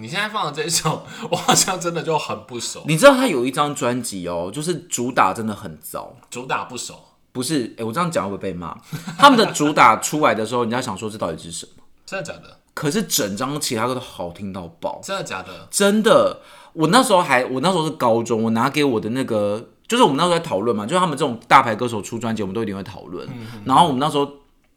你现在放的这一首， 我好像真的就很不熟，你知道他有一张专辑哦，就是主打真的很糟，主打不熟。不是？哎、我这样讲会不会被骂？他们的主打出来的时候，人家想说这到底是什么？真的假的？可是整张其他歌都好听到爆，真的假的？真的，我那时候还，我那时候是高中，我拿给我的那个，就是我们那时候在讨论嘛，就是他们这种大牌歌手出专辑，我们都一定会讨论。然后我们那时候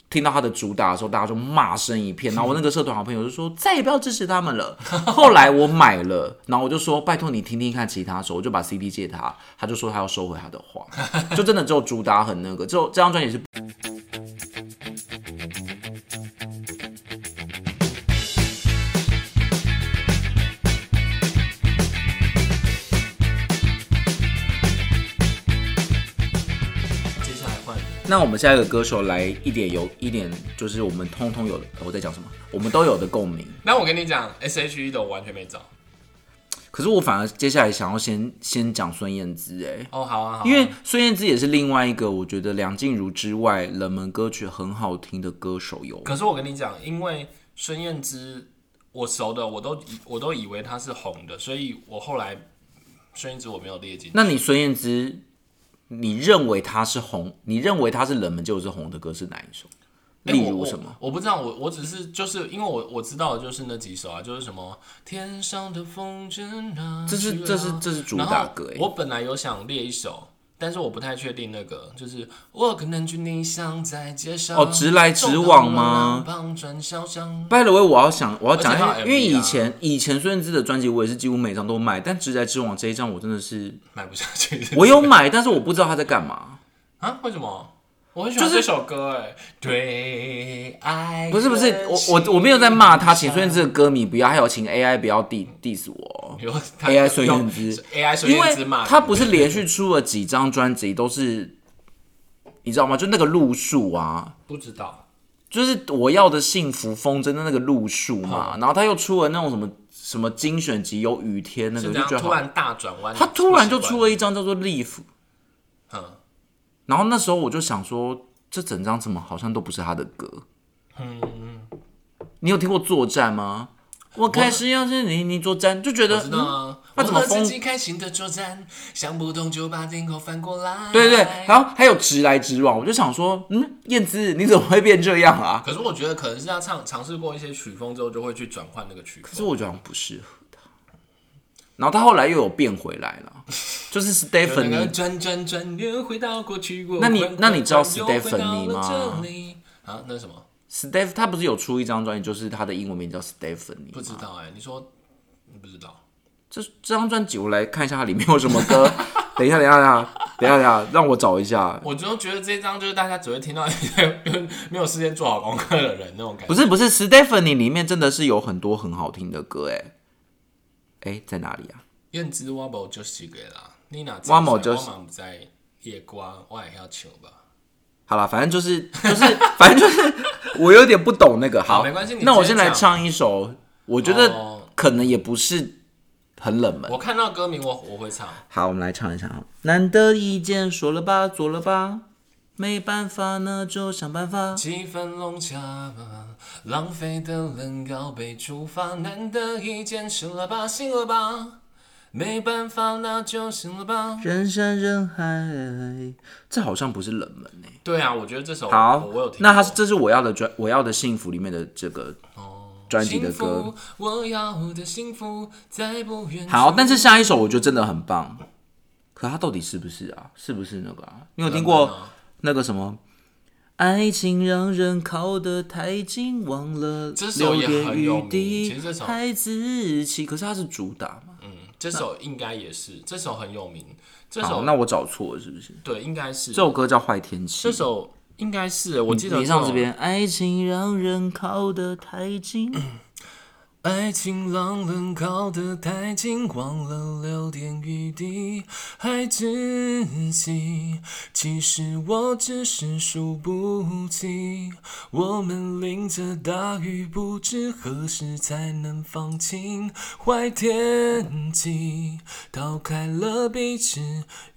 听到他的主打的时候，大家就骂声一 片。然后我那个社团好朋友就说再也不要支持他们了。 后来我买了，然后我就说拜托你听听看其他首，我就把 CD 借他，他就说他要收回他的话， 就真的只有主打很那个，只有这张专辑是接下来换你， 那我们下一个歌手来一点有一点，就是我们通通有的，我在讲什么？我们都有的共鸣。那我跟你讲，S H E 的我完全没找。可是我反而接下来想要先先讲孙燕姿、哎，哦，好啊，好啊因为孙燕姿也是另外一个我觉得梁静茹之外冷门歌曲很好听的歌手哟。可是我跟你讲，因为孙燕姿，我熟的我都以我都以为她是红的，所以我后来孙燕姿我没有列进。那你孙燕姿，你认为她是红？你认为她是冷门就是红的歌是哪一首？哎例如什么？我我？我不知道，我我只是就是因为我我知道的就是那几首啊，就是什么天上的风筝啊，这是去啊这是这是主然后打歌哎、我本来有想列一首，但是我不太确定那个，就是我可能去你想在街上哦直来直往吗走到南方转小巷拜了喂，我要想，我要讲一而且下，还有因为 MV 啊以前以前孙燕姿的专辑我也是几乎每张都买，但《直来直往》这一张我真的是买不下去。 我有买，但是我不知道她在干嘛。啊？为什么？我很喜欢就是这首歌哎、对爱不是不是，我我我没有在骂 她，请孙燕姿的歌迷不要，还有请 AI 不要 diss diss 我哦。有 AI 孙燕姿，AI 孙因燕姿为嘛，她不是连续出了几张专辑都是，你知道吗？就那个路数啊，不知道，就是我要的幸福风筝的那个路数哦嘛。然后她又出了那种什么什么精选集，有雨天那是个，我这就样觉得突好。然大转弯，她突然就出了，了一张叫做《Leaf》，嗯然后那时候我就想说，这整张怎么好像都不是她的歌？嗯，你有听过作战吗？我开始要是你，你作战就觉得我知道啊。那嗯怎么我和疯自己开心的作战，想不通就把镜头翻过来。对对，然后还有直来直往，我就想说，嗯，燕姿你怎么会变这样啊？可是我觉得可能是他唱尝试过一些曲风之后，就会去转换那个曲可是风。我觉得好像不适合她。然后她后来又有变回来了， 就是那个 Stephanie，转转转又回到过去，我那你滚那你知道滚滚又回到 Stephanie 吗了这里？啊，那是什么 Steph，她不是有出一张专辑，就是她的英文名叫 Stephanie 不知吗。道哎、你说你不知道？这这张专辑我来看一下它里面有什么歌。 等一下，等一下，等一下，等一下，等一下，让我找一下。我就觉得这张就是大家只会听到一些没有事先做好功课的人那种感不觉。是不是，Stephanie 里面真的是有很多很好听的歌，哎，哎，在哪里啊？燕之挖宝就是个啦，你哪知道我没就是我不在夜瓜，我也要求吧。好了，反正就是就是， 反正就是，我有点不懂那个。好，好没关系你那我直接先来讲唱一首，我觉得哦可能也不是很冷门。我看到歌名我我会唱，好，我们来唱一下啊。难得一见，说了吧，做了吧，没办法呢，就想办法。气氛融洽吧，浪费的冷糕被触发，难得一见，醒了吧，醒了吧，没办法，那就醒了吧。人山人海，这好像不是冷门哎、对啊，我觉得这首好我我有，听过。那它是这是我要的专我要的幸福里面的这个专辑的歌哦幸。福，我要的幸福在不远处。好，但是下一首我觉得真的很棒，可它到底是不是啊？是不是那个啊？你有听过？那个什么，爱情让人靠得太近，忘了这首留也点很有余名其地实这首，孩子气。可是它是主打嘛？嗯，这首应该也是，这首很有名。这好，首那我找错了是不是？对，应该是这首歌叫《坏天气这》。首应该是，我记得你上首这。边，爱情让人靠得太 近，爱情让人靠得太近，忘了留点余地，还窒息。其实我只是数不清，我们淋着大雨，不知何时才能放晴。坏天气，逃开了彼此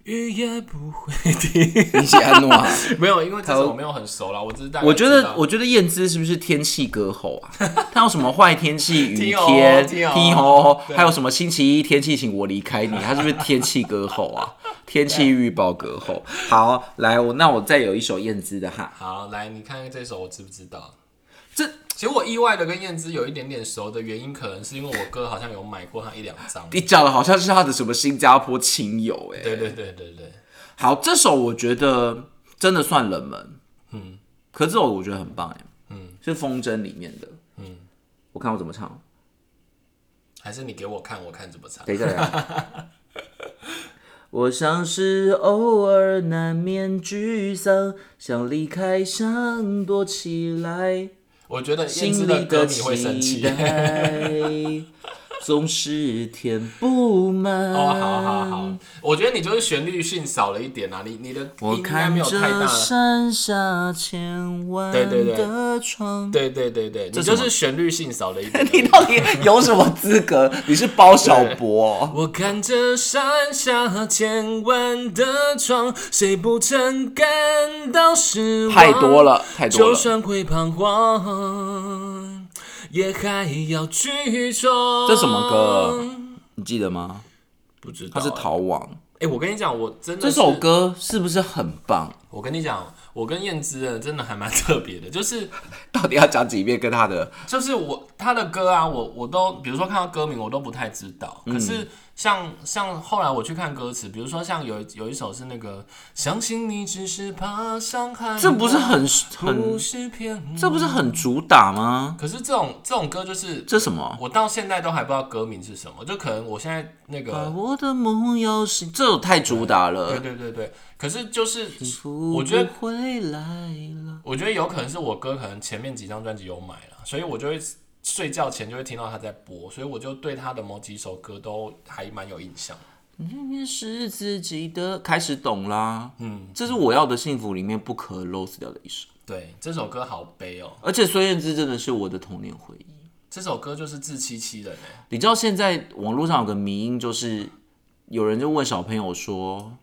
雨也不会停。你写安诺啊？ 没有，因为这首我没有很熟啦，我只是大概我觉知道得，我觉得燕姿是不是天气歌后 啊？她有什么坏天气、雨听哦天、听哦听哦，还有什么星期一天气请我离开你？她是不是天气歌 后啊？天气预报歌后。好，来，我那我再有一首燕姿的哈，好，来你看看这首我知不知道？这其实我意外的跟燕姿有一点点熟的原因，可能是因为我哥好像有买过她一两张。你讲的好像是她的什么新加坡亲友哎、对对对对对，好，这首我觉得真的算冷门，嗯，可是这首我觉得很棒哎、嗯，是风筝里面的，嗯，我看我怎么唱。还是你给我看，我看怎么唱。等一下，等一下。 我像是偶尔难免沮丧，想离开，想躲起来，我觉得燕姿心的里歌迷会生期气。待总是填不满。 哦，好好好，我觉得你就是旋律性少了一点啊，你你的我音该看没有太大着了。山下千万对对对的窗。对对对对，你什就么是旋律性少了一点。啊 你到底有什么资格？你是包小博哦、我看着山下千万的窗，谁不曾感到失望？太多了太多就了算会彷徨，也还要去闯。这什么歌？你记得吗？不知道。他是逃亡。哎、我跟你讲，我真的嗯这是首歌是不是很棒？我跟你讲，我跟燕姿的真的还蛮特别的，就是到底要讲几遍跟他的？就是我她的歌啊，我我都比如说看到歌名我都不太知道，嗯可是像像后来我去看歌词，比如说像有有一首是那个相信你只是怕伤害，这不是很不很，是骗我，这不是很主打吗？可是这种这种歌就是这什么？我到现在都还不知道歌名是什么，就可能我现在那个、把我的梦摇醒，这首太主打对了。对对对，可是就是我我觉得回来了。我觉得有可能是我哥可能前面几张专辑有买了，所以我就会睡觉前就会听到他在播，所以我就对他的某几首歌都还蛮有印象。明明是自己的，开始懂啦。嗯，这是我要的幸福里面不可 lose 掉的一首，对，这首歌好悲哦，而且孙燕姿真的是我的童年回忆。这首歌就是自欺欺人哎。你知道现在网络上有个迷因，就是有人就问小朋友说：“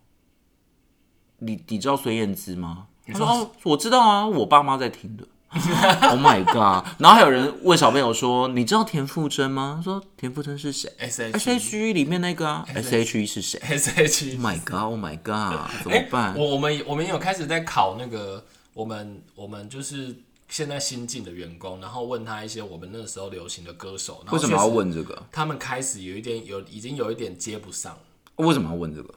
你你知道孙燕姿吗？”他说：“哦，我知道啊，我爸妈在听的。” oh my god！然后还有人问小朋友说：“你知道田馥甄吗？”他说：“田馥甄是谁 S ？S H H E 里面那个啊，S H E 是谁 S H， ？Oh my god！Oh my god！怎么哎，办？我我们我们有开始在考那个我们我们就是现在新进的员工，然后问他一些我们那时候流行的歌手，然后为什么要确实问这个？他们开始有一点有已经有一点接不上，为什么要问这个？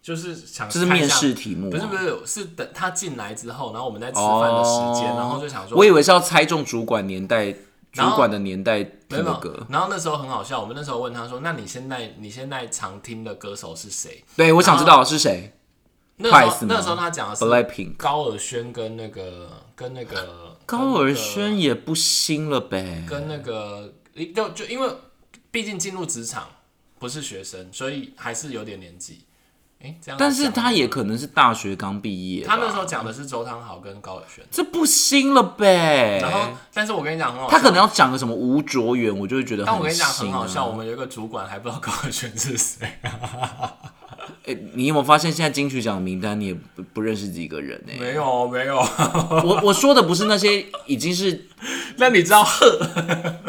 就是想这是看一面下试题目、啊，不是不是，是等他进来之后，然后我们在吃饭的时间，哦然后就想说，我以为是要猜中主管年代，主然后管的年代没有听没的有歌。然后那时候很好笑，我们那时候问他说：“那你现在你现在常听的歌手是谁对，我想知道是谁。？”那时候 Twice 吗那时候他讲的是 Blackpink，高尔宣跟那个跟那个高尔宣也不新了呗。跟那个就就因为毕竟进入职场不是学生，所以还是有点年纪。哎，这样但是讲他也可能是大学刚毕业吧，他那时候讲的是周汤豪跟高尔宣，这不新了呗。然后但是我跟你讲很好笑，哎他可能要讲个什么吴卓源，我就会觉得但我跟你讲新很啊好笑，我。们有一个主管还不知道高尔宣是谁。哎，你有没有发现现在金曲奖的名单你也不不认识几个人呢？没有哦没有，我我说的不是那些已经是 那你知道 贺？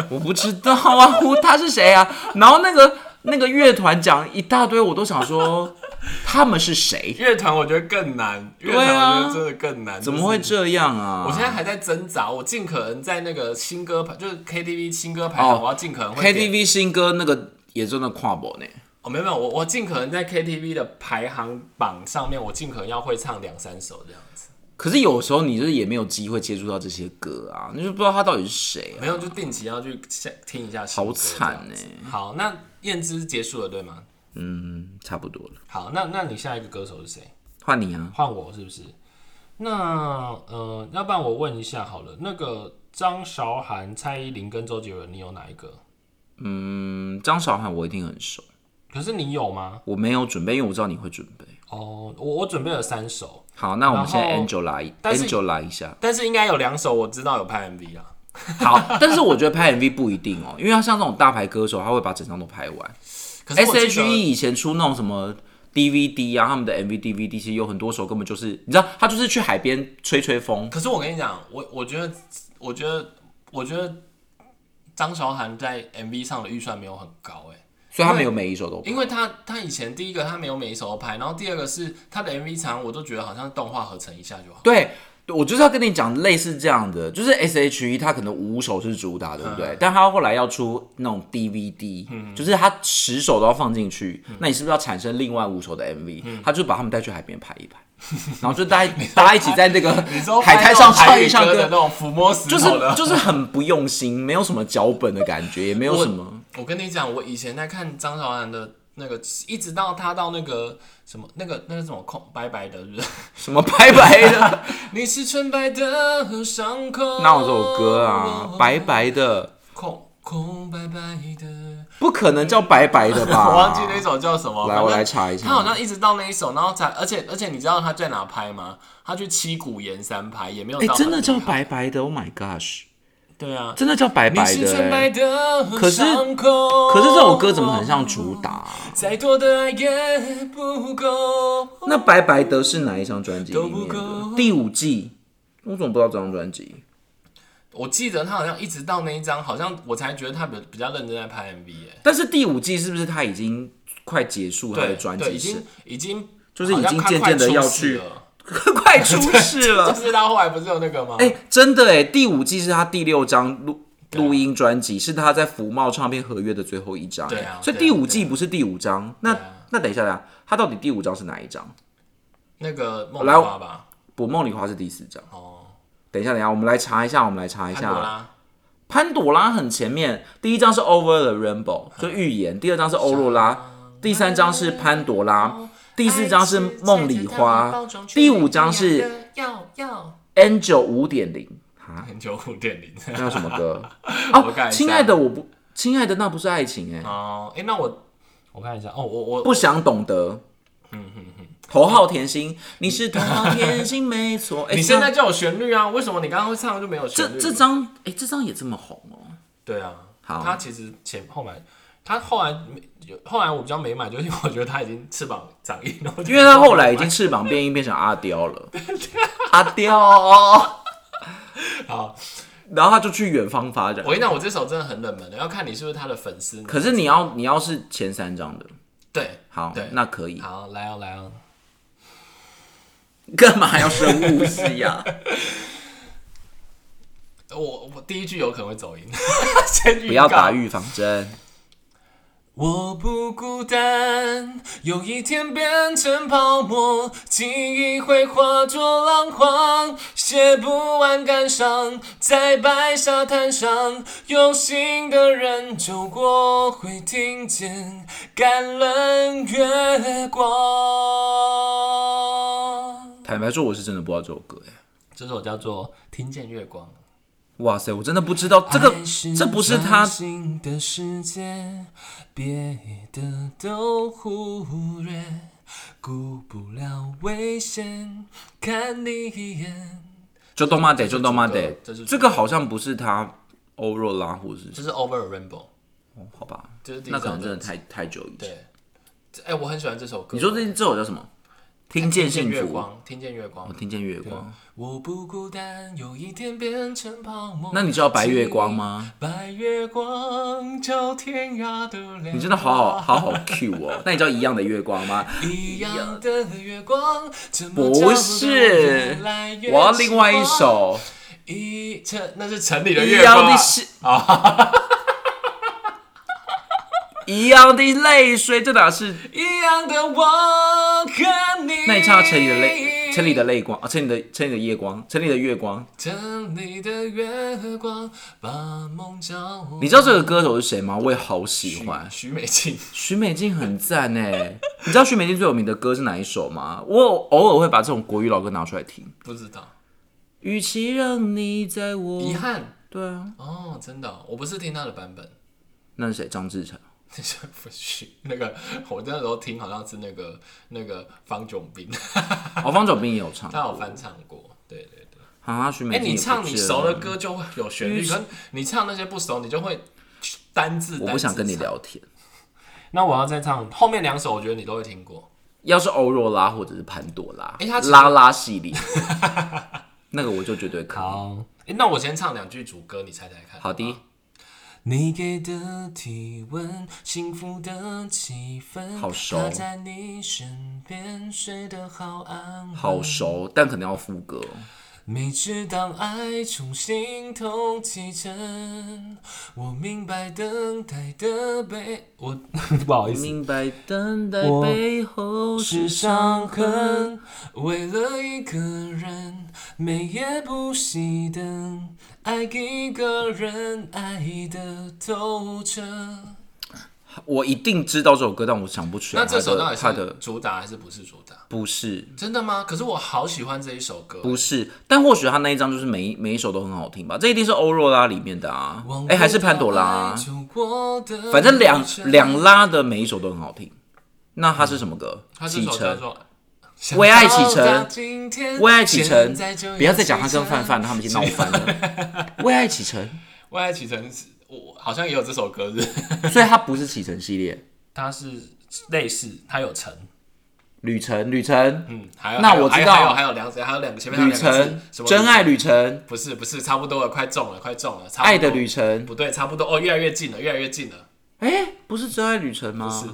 我不知道啊，我他是谁啊？ 然后那个那个乐团讲一大堆，我都想说他们是谁？乐团我觉得更难，乐啊团我觉得真的更难。怎么会就是这样啊？我现在还在挣扎，我尽可能在那个新歌排，就是 KTV 新歌排哦行，我要尽可能会点 KTV 新歌那个也真的跨博呢。哦，没有没有，我我尽可能在 KTV 的排行榜上面，我尽可能要会唱两三首这样子。可是有时候你就是也没有机会接触到这些歌啊，你就不知道他到底是谁、啊，没有，就定期要去下听一下新歌好惨欸这呢、样子好，那燕姿结束了对吗？嗯，差不多了，好，那那你下一个歌手是谁？换你啊。换我是不是？那呃，要不然我问一下好了，那个张韶涵、蔡依林跟周杰伦，你有哪一个？嗯，张韶涵我一定很熟，可是你有吗？我没有准备，因为我知道你会准备。哦，我我准备了三首，好，那我们现在然 Angel 来但是，Angel 来一下。但是应该有两首我知道有拍 MV 啊。好，但是我觉得拍 MV 不一定哦，因为他像这种大牌歌手，他会把整张都拍完。可是我记 S E 得 H E 以前出那种什么 DVD 啊，他们的 MV DVD 其实有很多首根本就是，你知道，他就是去海边吹吹风，可是我跟你讲，我我觉得，我觉得，我觉得张韶涵在 MV 上的预算没有很高哎、所以他没有每一首都因为她她以前第一个她没有每一首都拍，然后第二个是她的 MV 长，我都觉得好像动画合成一下就好。对。我就是要跟你讲，类似这样的，就是 S H E 它可能五首是嗯主打，对不对？但它后来要出那种 D V D，、就是它十首都要放进去，嗯那你是不是要产生另外五首的 M V？、他就把他们带去海边拍 一拍，然后就大家大家一起在那个你知道海滩上唱一唱拍那种台语歌的歌那，种抚摸石就是头的，就是很不用心，没有什么脚本的感觉，也没有什么。我跟你讲，我以前在看张韶涵的那个，一直到她到那个什么那个那个什么空白白的，是不是？什么拜拜的， 你是纯白的伤口，哪有这首歌啊？哦白白的，空空白白的，不可能叫白白的吧？ 我忘记那首叫什么。啊来，反正我来查一下。他好像一直到那一首，然后才，而且而且你知道他在哪拍吗？他去七股岩山拍，也没有哎、到很真的厉叫害白白的，Oh my gosh，对啊，真的叫白白你是的、纯白欸。的，可是可是这首歌怎么很像主打啊、再多的爱也不够。那白白的是哪一张专辑里面哦都不的？第五季，我怎么不知道这张专辑？我记得他好像一直到那一张，好像我才觉得他比比较认真在拍 MV 耶、但是第五季是不是他已经快结束他的对专对，辑已是经？已经就是已好像经快渐快渐地出要事去了 快出事 了就。是他后来不是有那个吗？哎、真的哎，第五季是他第六张录啊录音专辑，是他在福茂唱片合约的最后一张。对啊所以对啊第五对季不是第五张。那、那等一下，等一下，他到底第五张是哪一张？那个梦来华吧， 《捕梦里花》是第四张。哦，等一下，等一下，我们来查一下，我们来查一潘朵下。拉，潘朵拉很前面，第一张是 Over the Rainbow，就预言；第二张是欧若拉，第三张是潘朵拉，第四张是梦里花，第五张是要要 Angel 五点零。啊，很久五点零。 那有什么歌？我哦看，一下亲爱的，我不，亲爱的，那不是爱情哎、哦，哎，那我我看一下，哦，我我不啊想懂得。头号甜心，你是头号甜心，没错。 哎你现在这就有旋律啊？为什么你刚刚会唱就没有旋律？这这张，哎、这张也这么红哦。对啊，好他其实前后来，他后来没有后来我比较没买，就是因为我觉得他已经翅膀长硬了，因为他后来已经翅膀变硬，变成阿 刁了。阿刁，好，然后他就去远方发展我。跟你讲，我这首真的很冷门的，要看你是不是他的粉丝。可是你要你要是前三张的，对，好对，那可以。好来哦来哦，干嘛要深呼 吸呀、我我第一句有可能会走音， 先预不要告打预防针。我不孤单，有一天变成泡沫，记忆会化作浪花，写不完感伤，在白沙滩上，有心的人走过，会听见感人月光。坦白说，我是真的不知道这首歌哎。这首叫做《听见月光》。哇塞，我真的不知道这个爱，是这不是他崭新的世界，别的都忽略，顾不了危险，看你一眼。就动漫得，就动漫得这是，这个好像不是他欧若拉或是这是 Over a Rainbow，哦好吧这是第，一那可能张真的专辑太太久以前。对。这哎、我很喜欢这首歌。你说这这首叫什么？听见听见幸月福，光，听见月光我。听见月光。我不孤单，有一天变成泡沫。那你知道白月光吗？白月光照天涯的亮光。你真的好好好好 Q 哦。 那你知道一样的月光吗？一样的月光，怎么照不得是越来，越我要另外一喜欢。首一城，那是城里的一月光样啊。的是。 一样的泪水，这哪是？一样的我和你。那你唱到城里的泪，城里的泪光啊，城里的城里的夜光，城里的月光。城里的月光，把梦照亮。你知道这个歌手是谁吗？我也好喜欢。许美静，许美静很赞哎，你知道许美静最有名的歌是哪一首吗？我偶尔会把这种国语老歌拿出来听。不知道，与其让你在我遗憾对啊，哦，真的哦、我不是听他的版本。 那是谁？张志成。那是不许那个，我那时候听好像是那个那个方炯斌， 哦，方炯斌也有唱他有翻唱过，对对对。啊。许美哎、静也你不嗯唱你见熟了的歌就会有旋律，可你唱那些不熟，你就会单字。我不想跟你。聊天。那我要再唱后面两首，我觉得你都会听过。要是欧若拉或者是潘多拉，诶它哎其实拉拉 系列，那个我就绝对可以。好，诶那我先唱两句主歌，你猜猜看。好的吗，你给的体温，幸福的气氛，好熟他在你身边，睡得好安稳。好熟，但可能要副歌。每次当爱从心头启程，我明白等待的悲，我 不好意思。明白等待我背后是是伤伤痕。痕，为了一个人，每夜不熄灯，爱一个人，爱的透彻。我一定知道这首歌，但我想不出来那它的。这首到底它的是主打还是不是主打？不是真的吗？可是我好喜欢这一首歌。不是，但或许他那一张就是每一每一首都很好听吧。这一定是欧若拉里面的啊忘，不哎、还是潘朵拉、了爱走过的反正两旅程两拉的每一首都很好听。那它是什么歌？他嗯这启首叫程，做《为爱启程想到今天为爱启程现在就要。不要再讲他启跟程范范了，他们已经闹翻了。为爱启程，为爱启程是，我好像也有这首歌是，所以它不是启程系列，它是类似，它有程，旅程，旅程，嗯，还有那还有我知还有道还有还有两还有两个前面还有旅两个字程，什么真爱旅程，不是不是差不多了，快中了快中了，差不多爱的旅程。不对，差不多哦，越来越近了，越来越近了，哎、不是真爱旅程吗？是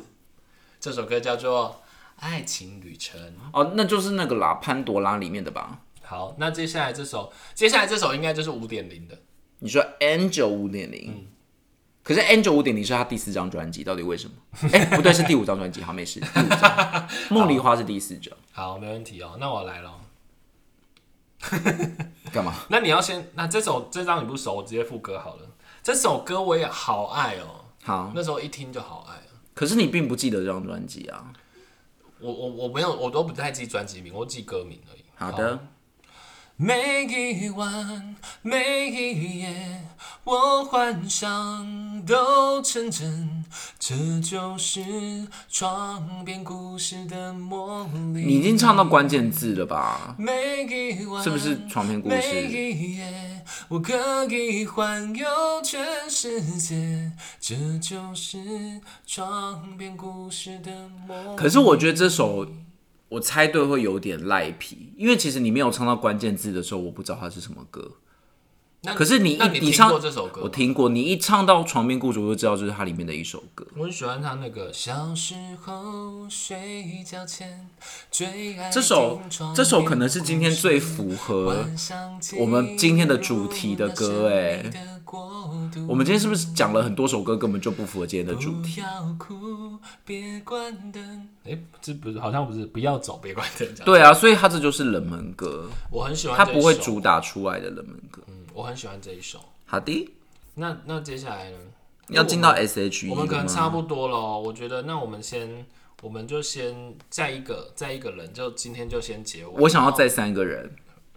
这首歌叫做《爱情旅程》。哦，那就是那个啦，潘多拉里面的吧？好，那接下来这首，接下来这首应该就是五点零的，你说 Angel 五点零，可是 Angel 五点零是他第四张专辑，到底为什么？ 哎、不对，是第五张专辑，好，没事，第五 张，梦里花是第四张，好，没问题哦，那我来了哦。干嘛？那你要先，那这首这张你不熟，我直接副歌好了。这首歌我也好爱哦，好，那时候一听就好爱哦。可是你并不记得这张专辑啊。我我我没有，我都不太记专辑名，我记歌名而已。好的，每一晚，每一夜，我幻想都成真，这就是床边故事的魔力。你已经唱到关键字了吧？每一晚是不是床边故事每一夜，我可以环游全世界，这就是床边故事的梦。可是我觉得这首我猜对会有点赖皮，因为其实你没有唱到关键字的时候，我不知道它是什么歌。那可是你那一你听唱过这首歌吗？我听过，你一唱到《床边故事》，我就知道这是它里面的一首歌。我很喜欢他那个小时候睡觉前最爱这首听床边这首可能是今天最符合晚上进我们今天的主题的歌入那神哎秘的国度我们今天是不是讲了很多首歌，根本就不符合今天的主不题？要哭，别关灯。哎、这不是好像不是，不要走，别关灯。这样，对啊，所以它这就是冷门歌，我很喜欢它这一首，不会主打出来的冷门歌。嗯，我很喜欢这一首。好的，那那接下来呢？要进到 S H 我 E 们可了能吗？差不多了哦，我觉得那我们先，我们就先再一个再一个人，就今天就先结尾。我想要再三个人，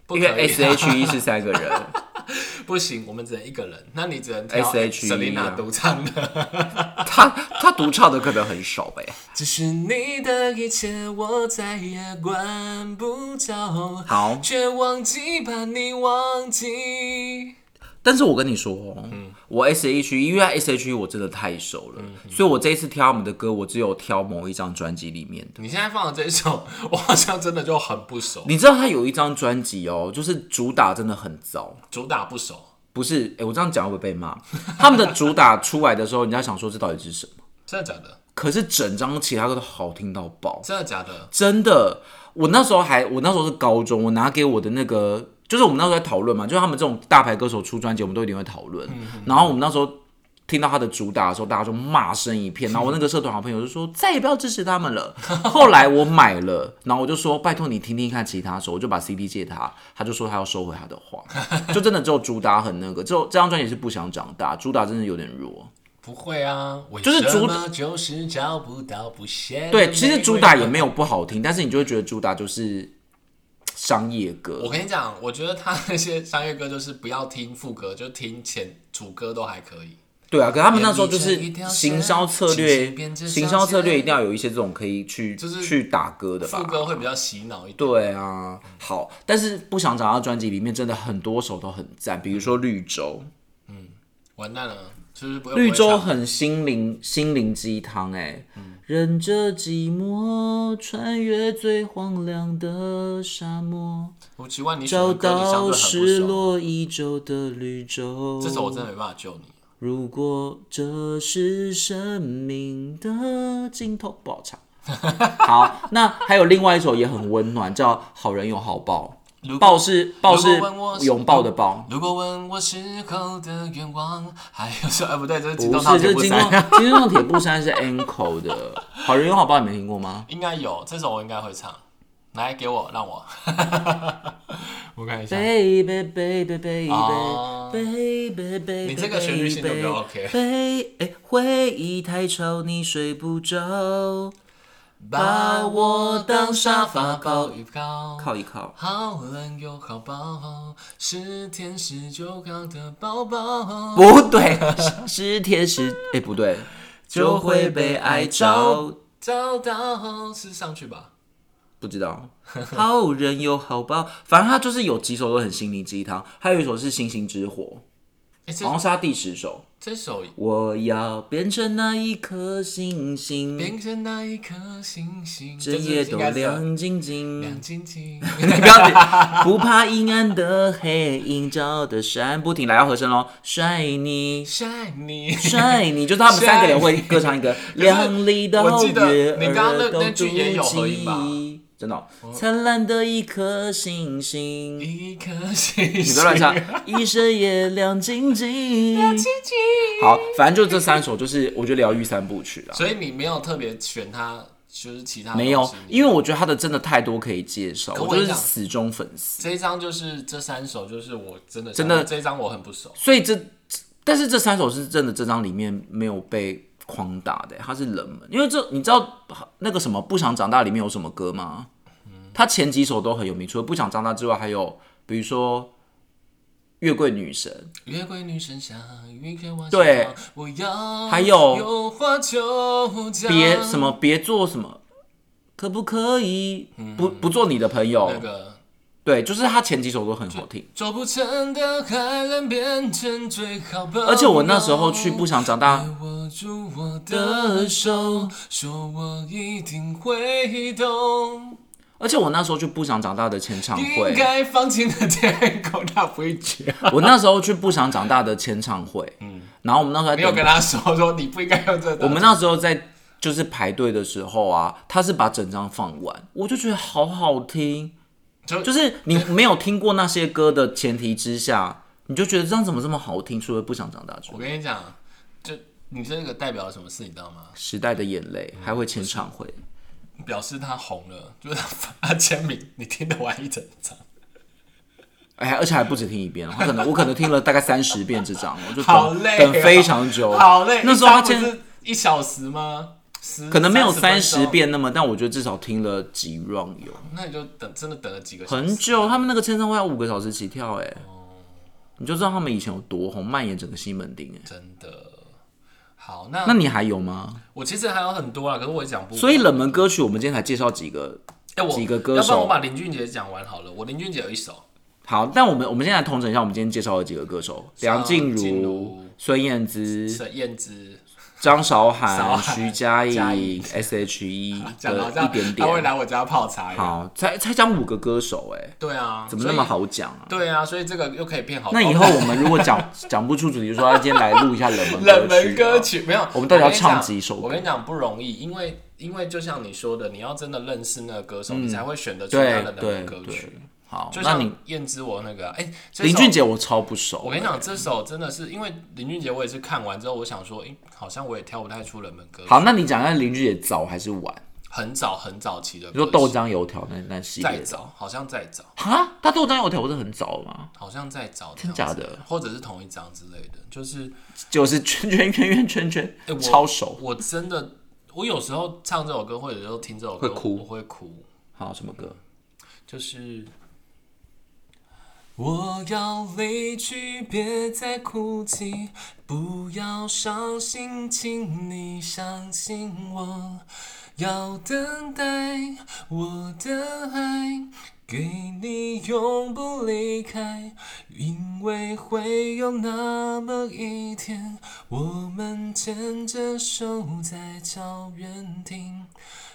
不因可为以 S H E 是三个人， 不行，我们只能一个人，那你只能挑 SHE 琳娜独唱的。他他独唱的可能很少哎、只是你的一切，我再也管不着，好，却忘记把你忘记。但是我跟你说哦，我 S H E 因为 S H E 我真的太熟了，所以我这一次挑他们的歌，我只有挑某一张专辑里面的。你现在放的这一首，我好像真的就很不熟，你知道他有一张专辑哦，就是主打真的很糟，主打不熟，不是？哎、我这样讲会不会被骂？他们的主打出来的时候，人家想说这到底是什么？真的假的？可是整张其他歌都好听到爆，真的假的？真的。我那时候还，我那时候是高中，我拿给我的那个，就是我们那时候在讨论嘛，就是他们这种大牌歌手出专辑，我们都一定会讨论。然后我们那时候听到他的主打的时候，大家就骂声一片。然后我那个社团好朋友就说再也不要支持他们了。 后来我买了，然后我就说拜托你听听看其他首，我就把 CD 借他，他就说他要收回他的话， 就真的只有主打很那个，只有这张专辑是不想长大，主打真的有点弱。不会啊，为就是什主么就是找不到不屑。对，其实主打也没有不好听，但是你就会觉得主打就是商业歌。我跟你讲，我觉得他那些商业歌就是不要听副歌，就听前主歌都还可以。对啊，可他们那时候就是行销策略，行销策略一定要有一些这种可以去、就是去打歌的副吧？歌会比较洗脑一点。对啊，好，但是不想找到专辑里面真的很多首都很赞，比如说《绿洲》，嗯完蛋了，就是不嗯《绿洲》很心灵心灵鸡汤哎，忍着寂寞，穿越最荒凉的沙漠，我奇怪你选找的歌你相到失对很不熟，落已久的绿洲。这首我真的没办法救你。如果这是生命的尽头，不好唱。 好，那还有另外一首也很温暖，叫《好人有好报如》，果报是报是如果问我是拥抱的抱，如果问我时候的愿望，还有说， 哎，不对，这是金不钟套是，铁这是布金衫钟， 金钟铁布衫是 Anko 的，《好人有好报》你没听 过吗？应该有这首，我应该会唱。来，给我，让我， 我看一下。 Baby baby baby 哦 baby baby，你这个旋律性都比较 OK baby，哎回忆太吵，你睡不着，把我当沙发抱一抱，靠一靠。好人又好报，是天使就靠的抱抱，不对，是天使，哎、不对，就会被爱着。找到是上去吧？不知道，好人有好报，反正他就是有几首都很心灵鸡汤，还有一首是《星星之火哎，》，这好像是他第十首。这首我要变成那一颗星星，变成那一颗星星，整嗯夜这都应该是亮晶晶亮。晶 晶。你不要紧，不怕阴暗的黑影照得闪不停。来，要和声喽！帅你，晒你。帅你，就是他们三个人会歌唱一个 亮丽的我记得月儿你刚刚那都那句也有合音吧妒忌？真的哦、灿烂的一颗星星，你一颗星星，你不要乱唱，一生也亮晶晶。晶。好，反正就这三首，就是我觉得疗愈三部曲啦。所以你没有特别选它，就是其他没有，因为为我觉得他的真的太多可以介绍，可我我就是讲死忠粉丝，这一张就是这三首，就是我真的真的这一张我很不熟。所以这，但是这三首是真的，这张里面没有被框打的，它是冷门，因为这你知道那个什么不想长大里面有什么歌吗？他前几首都很有名，除了不想长大之外，还有比如说月桂女神，月桂女神像，云开万对象，我要还有有话就讲，别什么别做什么，可不可以不不做你的朋友？嗯那个嗯对，就是他前几首都很好听。做不成的还能变成最好朋友。而且我那时候去不想长大，握住我的手，说我一定会懂。而且我那时候去不想长大的前唱应会，该放晴的天空，他不会觉 得。我那时候去不想长大的前唱会，嗯然后我们那时候还你有等跟他说说你不应该用这个。我们那时候在就是排队的时候啊，他是把整张放完，我就觉得好好听。就就是你没有听过那些歌的前提之下，你就觉得这张怎么这么好听？除了不想长大之我外，跟你讲，就你这个代表了什么事，你知道吗？时代的眼泪还会签唱会，表示他红了，就是他他签名，你听得完一整张。哎，而且还不止听一遍，我可能我可能听了大概三十遍这张，我就好等累哦等非常久，好嘞，那时候他一张不签是一小时吗？十可能没有三分十钟，遍那么，但我觉得至少听了几 round 有。那你就等真的等了几个小时。很久，他们那个签唱会要五个小时起跳、哎、你就知道他们以前有多红，蔓延整个西门町、哎，真的。好，那那你还有吗？我其实还有很多啊，可是我也讲不完。所以冷门歌曲，我们今天才介绍几个。哎，我几个要歌手不然我把林俊杰讲完好了。我林俊杰有一首，好，但我们我们现在统整一下，我们今天介绍了几个歌手：梁静静茹茹、孙燕姿、是燕姿，张韶韶 涵、涵徐佳佳莹、S.H.E 讲到这的样一点他会来点。我家泡茶耶。好，才才讲五个歌手、哎，对啊，怎么那么好讲啊？所以？对啊，所以这个又可以变好。那以后我们如果讲 讲不出主题，就说要今天来录一下冷门冷门歌歌曲啊曲没有，我们到底要跟你讲唱几首歌我跟你讲不容易，因为因为就像你说的，你要真的认识那个歌手，你才会选得出他对的冷对门歌嗯对曲。，好，就那你像燕姿我那个啊，哎，这林首俊杰我超不我熟，跟你讲，这首真的是因为林俊杰，我也是看完之后，我想说，诶，好像我也挑不太出冷门歌。好，那你讲一下林俊杰早还是晚？很早很早期的你歌说曲，豆浆油条那那系再列的早，好像再早，哈，他豆浆油条不是很早吗？好像再早的样子，真假的或者是同一张之类的。就是就是圈圈圈圈圈圈哎，我超熟。我真的，我有时候唱这首歌，或者是听这首歌，会哭我会哭。好，什么歌？就是我要离去，别再哭泣，不要伤心，请你相信我。要等待我的爱。给你永不离开，因为会有那么一天，我们牵着手在草原听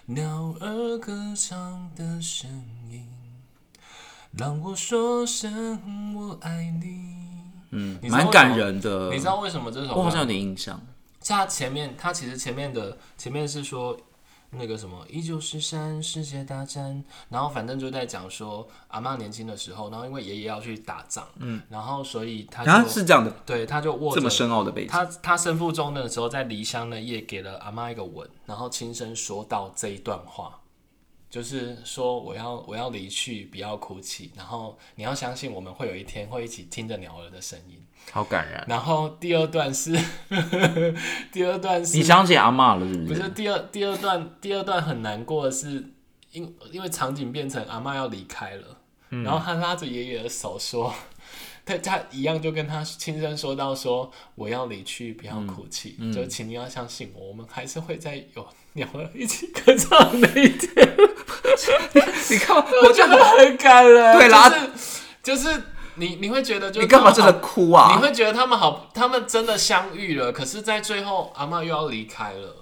鸟儿歌唱的声音，让我说声我爱你。嗯，蛮感。人的你。知道为什么这首我好歌像有点印象，它前面，它其实前面的前面是说那个什么，依旧是山，世界大战，然后反正就在讲说阿嬷年轻的时候，然后因为爷爷要去打仗，嗯，然后所以他就、啊，是这样的，对他就握这么着。深奥的背景，他他生父中的时候，在离乡的夜给了阿嬷一个吻，然后轻声说到这一段话，就是说我要我要离去，不要哭泣，然后你要相信我们会有一天会一起听着鸟儿的声音。好感人。然后第二段是， 第二段你是，想起阿嬷了是不不是？是第二第二段第二段很难过的是，因因为场景变成阿嬷要离开了，嗯然后他拉着爷爷的手说，他他一样就跟他亲身说到说我要离去，不嗯要哭泣，就请你要相信我，我们还是会在有鸟儿一起歌唱的一天，你看，我就真的很感人。 对啦就是，就是你你会觉得就你干嘛真这的哭你啊？会觉得他们好，他们真的相遇了，可是，在最后阿嬷又要离开了，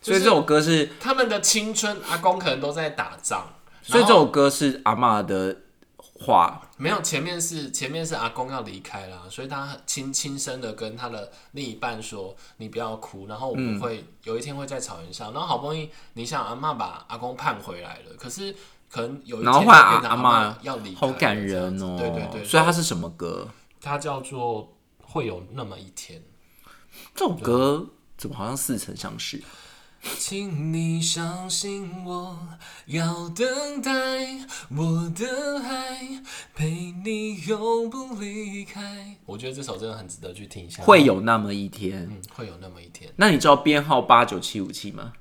所以这首歌是，他们的青春，阿公可能都在打仗，所以这然后首歌是阿嬷的话，没有前面是前面是阿公要离开啦，所以他轻轻声的跟他的另一半说：“你不要哭，然后我们会、有一天会在草原上。”然后好不容易你想阿嬷把阿公盼回来了，可是可能有一天然后换就变成阿阿嬷嬷要离开好了，感这样人子哦。对对对，所以它是什么歌？它叫做会有那么一天。这首歌怎么好像似曾相识？请你相信我，要等待我的爱，陪你永不离开。我觉得这首真的很值得去听一下。会，有那么一天。嗯，会有那么一天。那你知道编号八九七五七吗？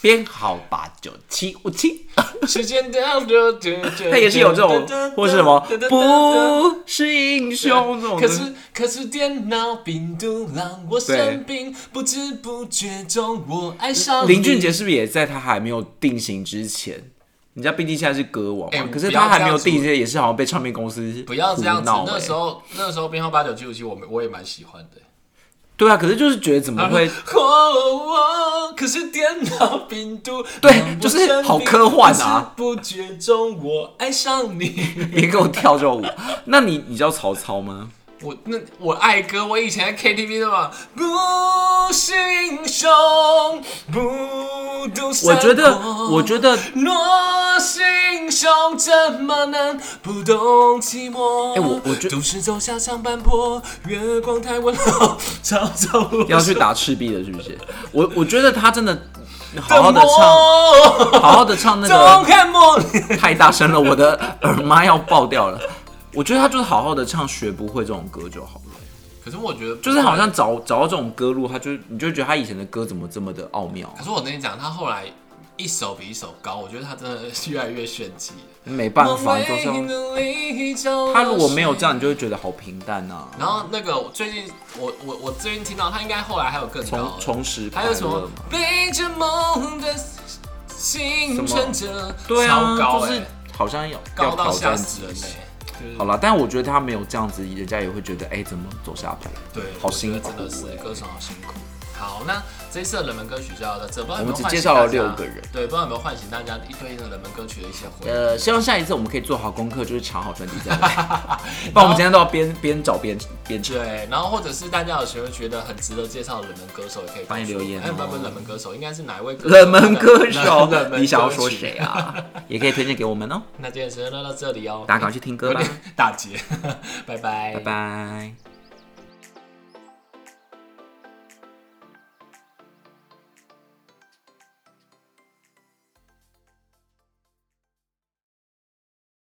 编号八九七五七，时间到了，它它也是有这种，或是什么不是英雄这种的。可是可是电脑病毒让我生病，不知不觉中我爱上你林俊杰。是不是也在他还没有定型之前？人家毕竟现在是歌王嘛，哎可是不要他还没这有样子定型，也是好像被唱片公司不要这样子胡闹，那欸时候那时候编号八九七五七，我们我也蛮喜欢的。对啊，可是就是觉得怎么 会？哦，可是电脑病毒，对让我就是生病好科幻啊！不知不觉中我爱上你， 别给我跳这种舞。那你你知道曹操吗？我那我爱歌，我以前在 KTV 的嘛，不是英雄，不渡我觉得山坡，我觉得，若是英雄，怎么能不懂寂寞？哎我我觉总是走下上半坡，月光太温柔，照照我要去打赤壁了，是不是？我我觉得他真 的好好的的唱，梦。好好的唱那东个汉末太大声了，我的耳麦要爆掉了。我觉得他就是好好的唱《学不会》这种歌就好了。可是我觉得就是好，像找找到这种歌路，他就你就会觉得他以前的歌怎么这么的奥妙啊、可是我跟你讲，他后来一首比一首高，我觉得他真的是越来越炫技。没办法，就是要哎他他如果没有这，样，你就会觉得好平淡啊呐、然后那个我最近我我我最近听到他应该后来还有更高重的，重拾快还乐有什么嘛背着梦的心乘着，对超啊，高就是欸好像要要高到挑吓战死极人限。欸就是好啦，但我觉得他没有这样子，人家也会觉得，哎、怎么走下坡？对，好辛苦我觉得真的是歌手好辛苦。好，那这一次的冷门歌曲就到这，不知道有没我有们只唤醒介绍了大家六个人对，不知道有没有唤醒大家一对应的冷门歌曲的一些回忆。呃，希望下一次我们可以做好功课，就是查好专辑再来， 不然我们今天都要边边找边边查。对，然后或者是大家有谁会觉得很值得介绍的冷门歌手，也可以欢迎留言哦哎，不不，冷门歌手应该是哪一位歌手冷门歌冷手冷，门你想要歌说曲谁？啊？也可以推荐给我们哦， 那今天的时间就到这里哦，大家赶快去听歌有吧 点，大姐，拜拜，拜。拜。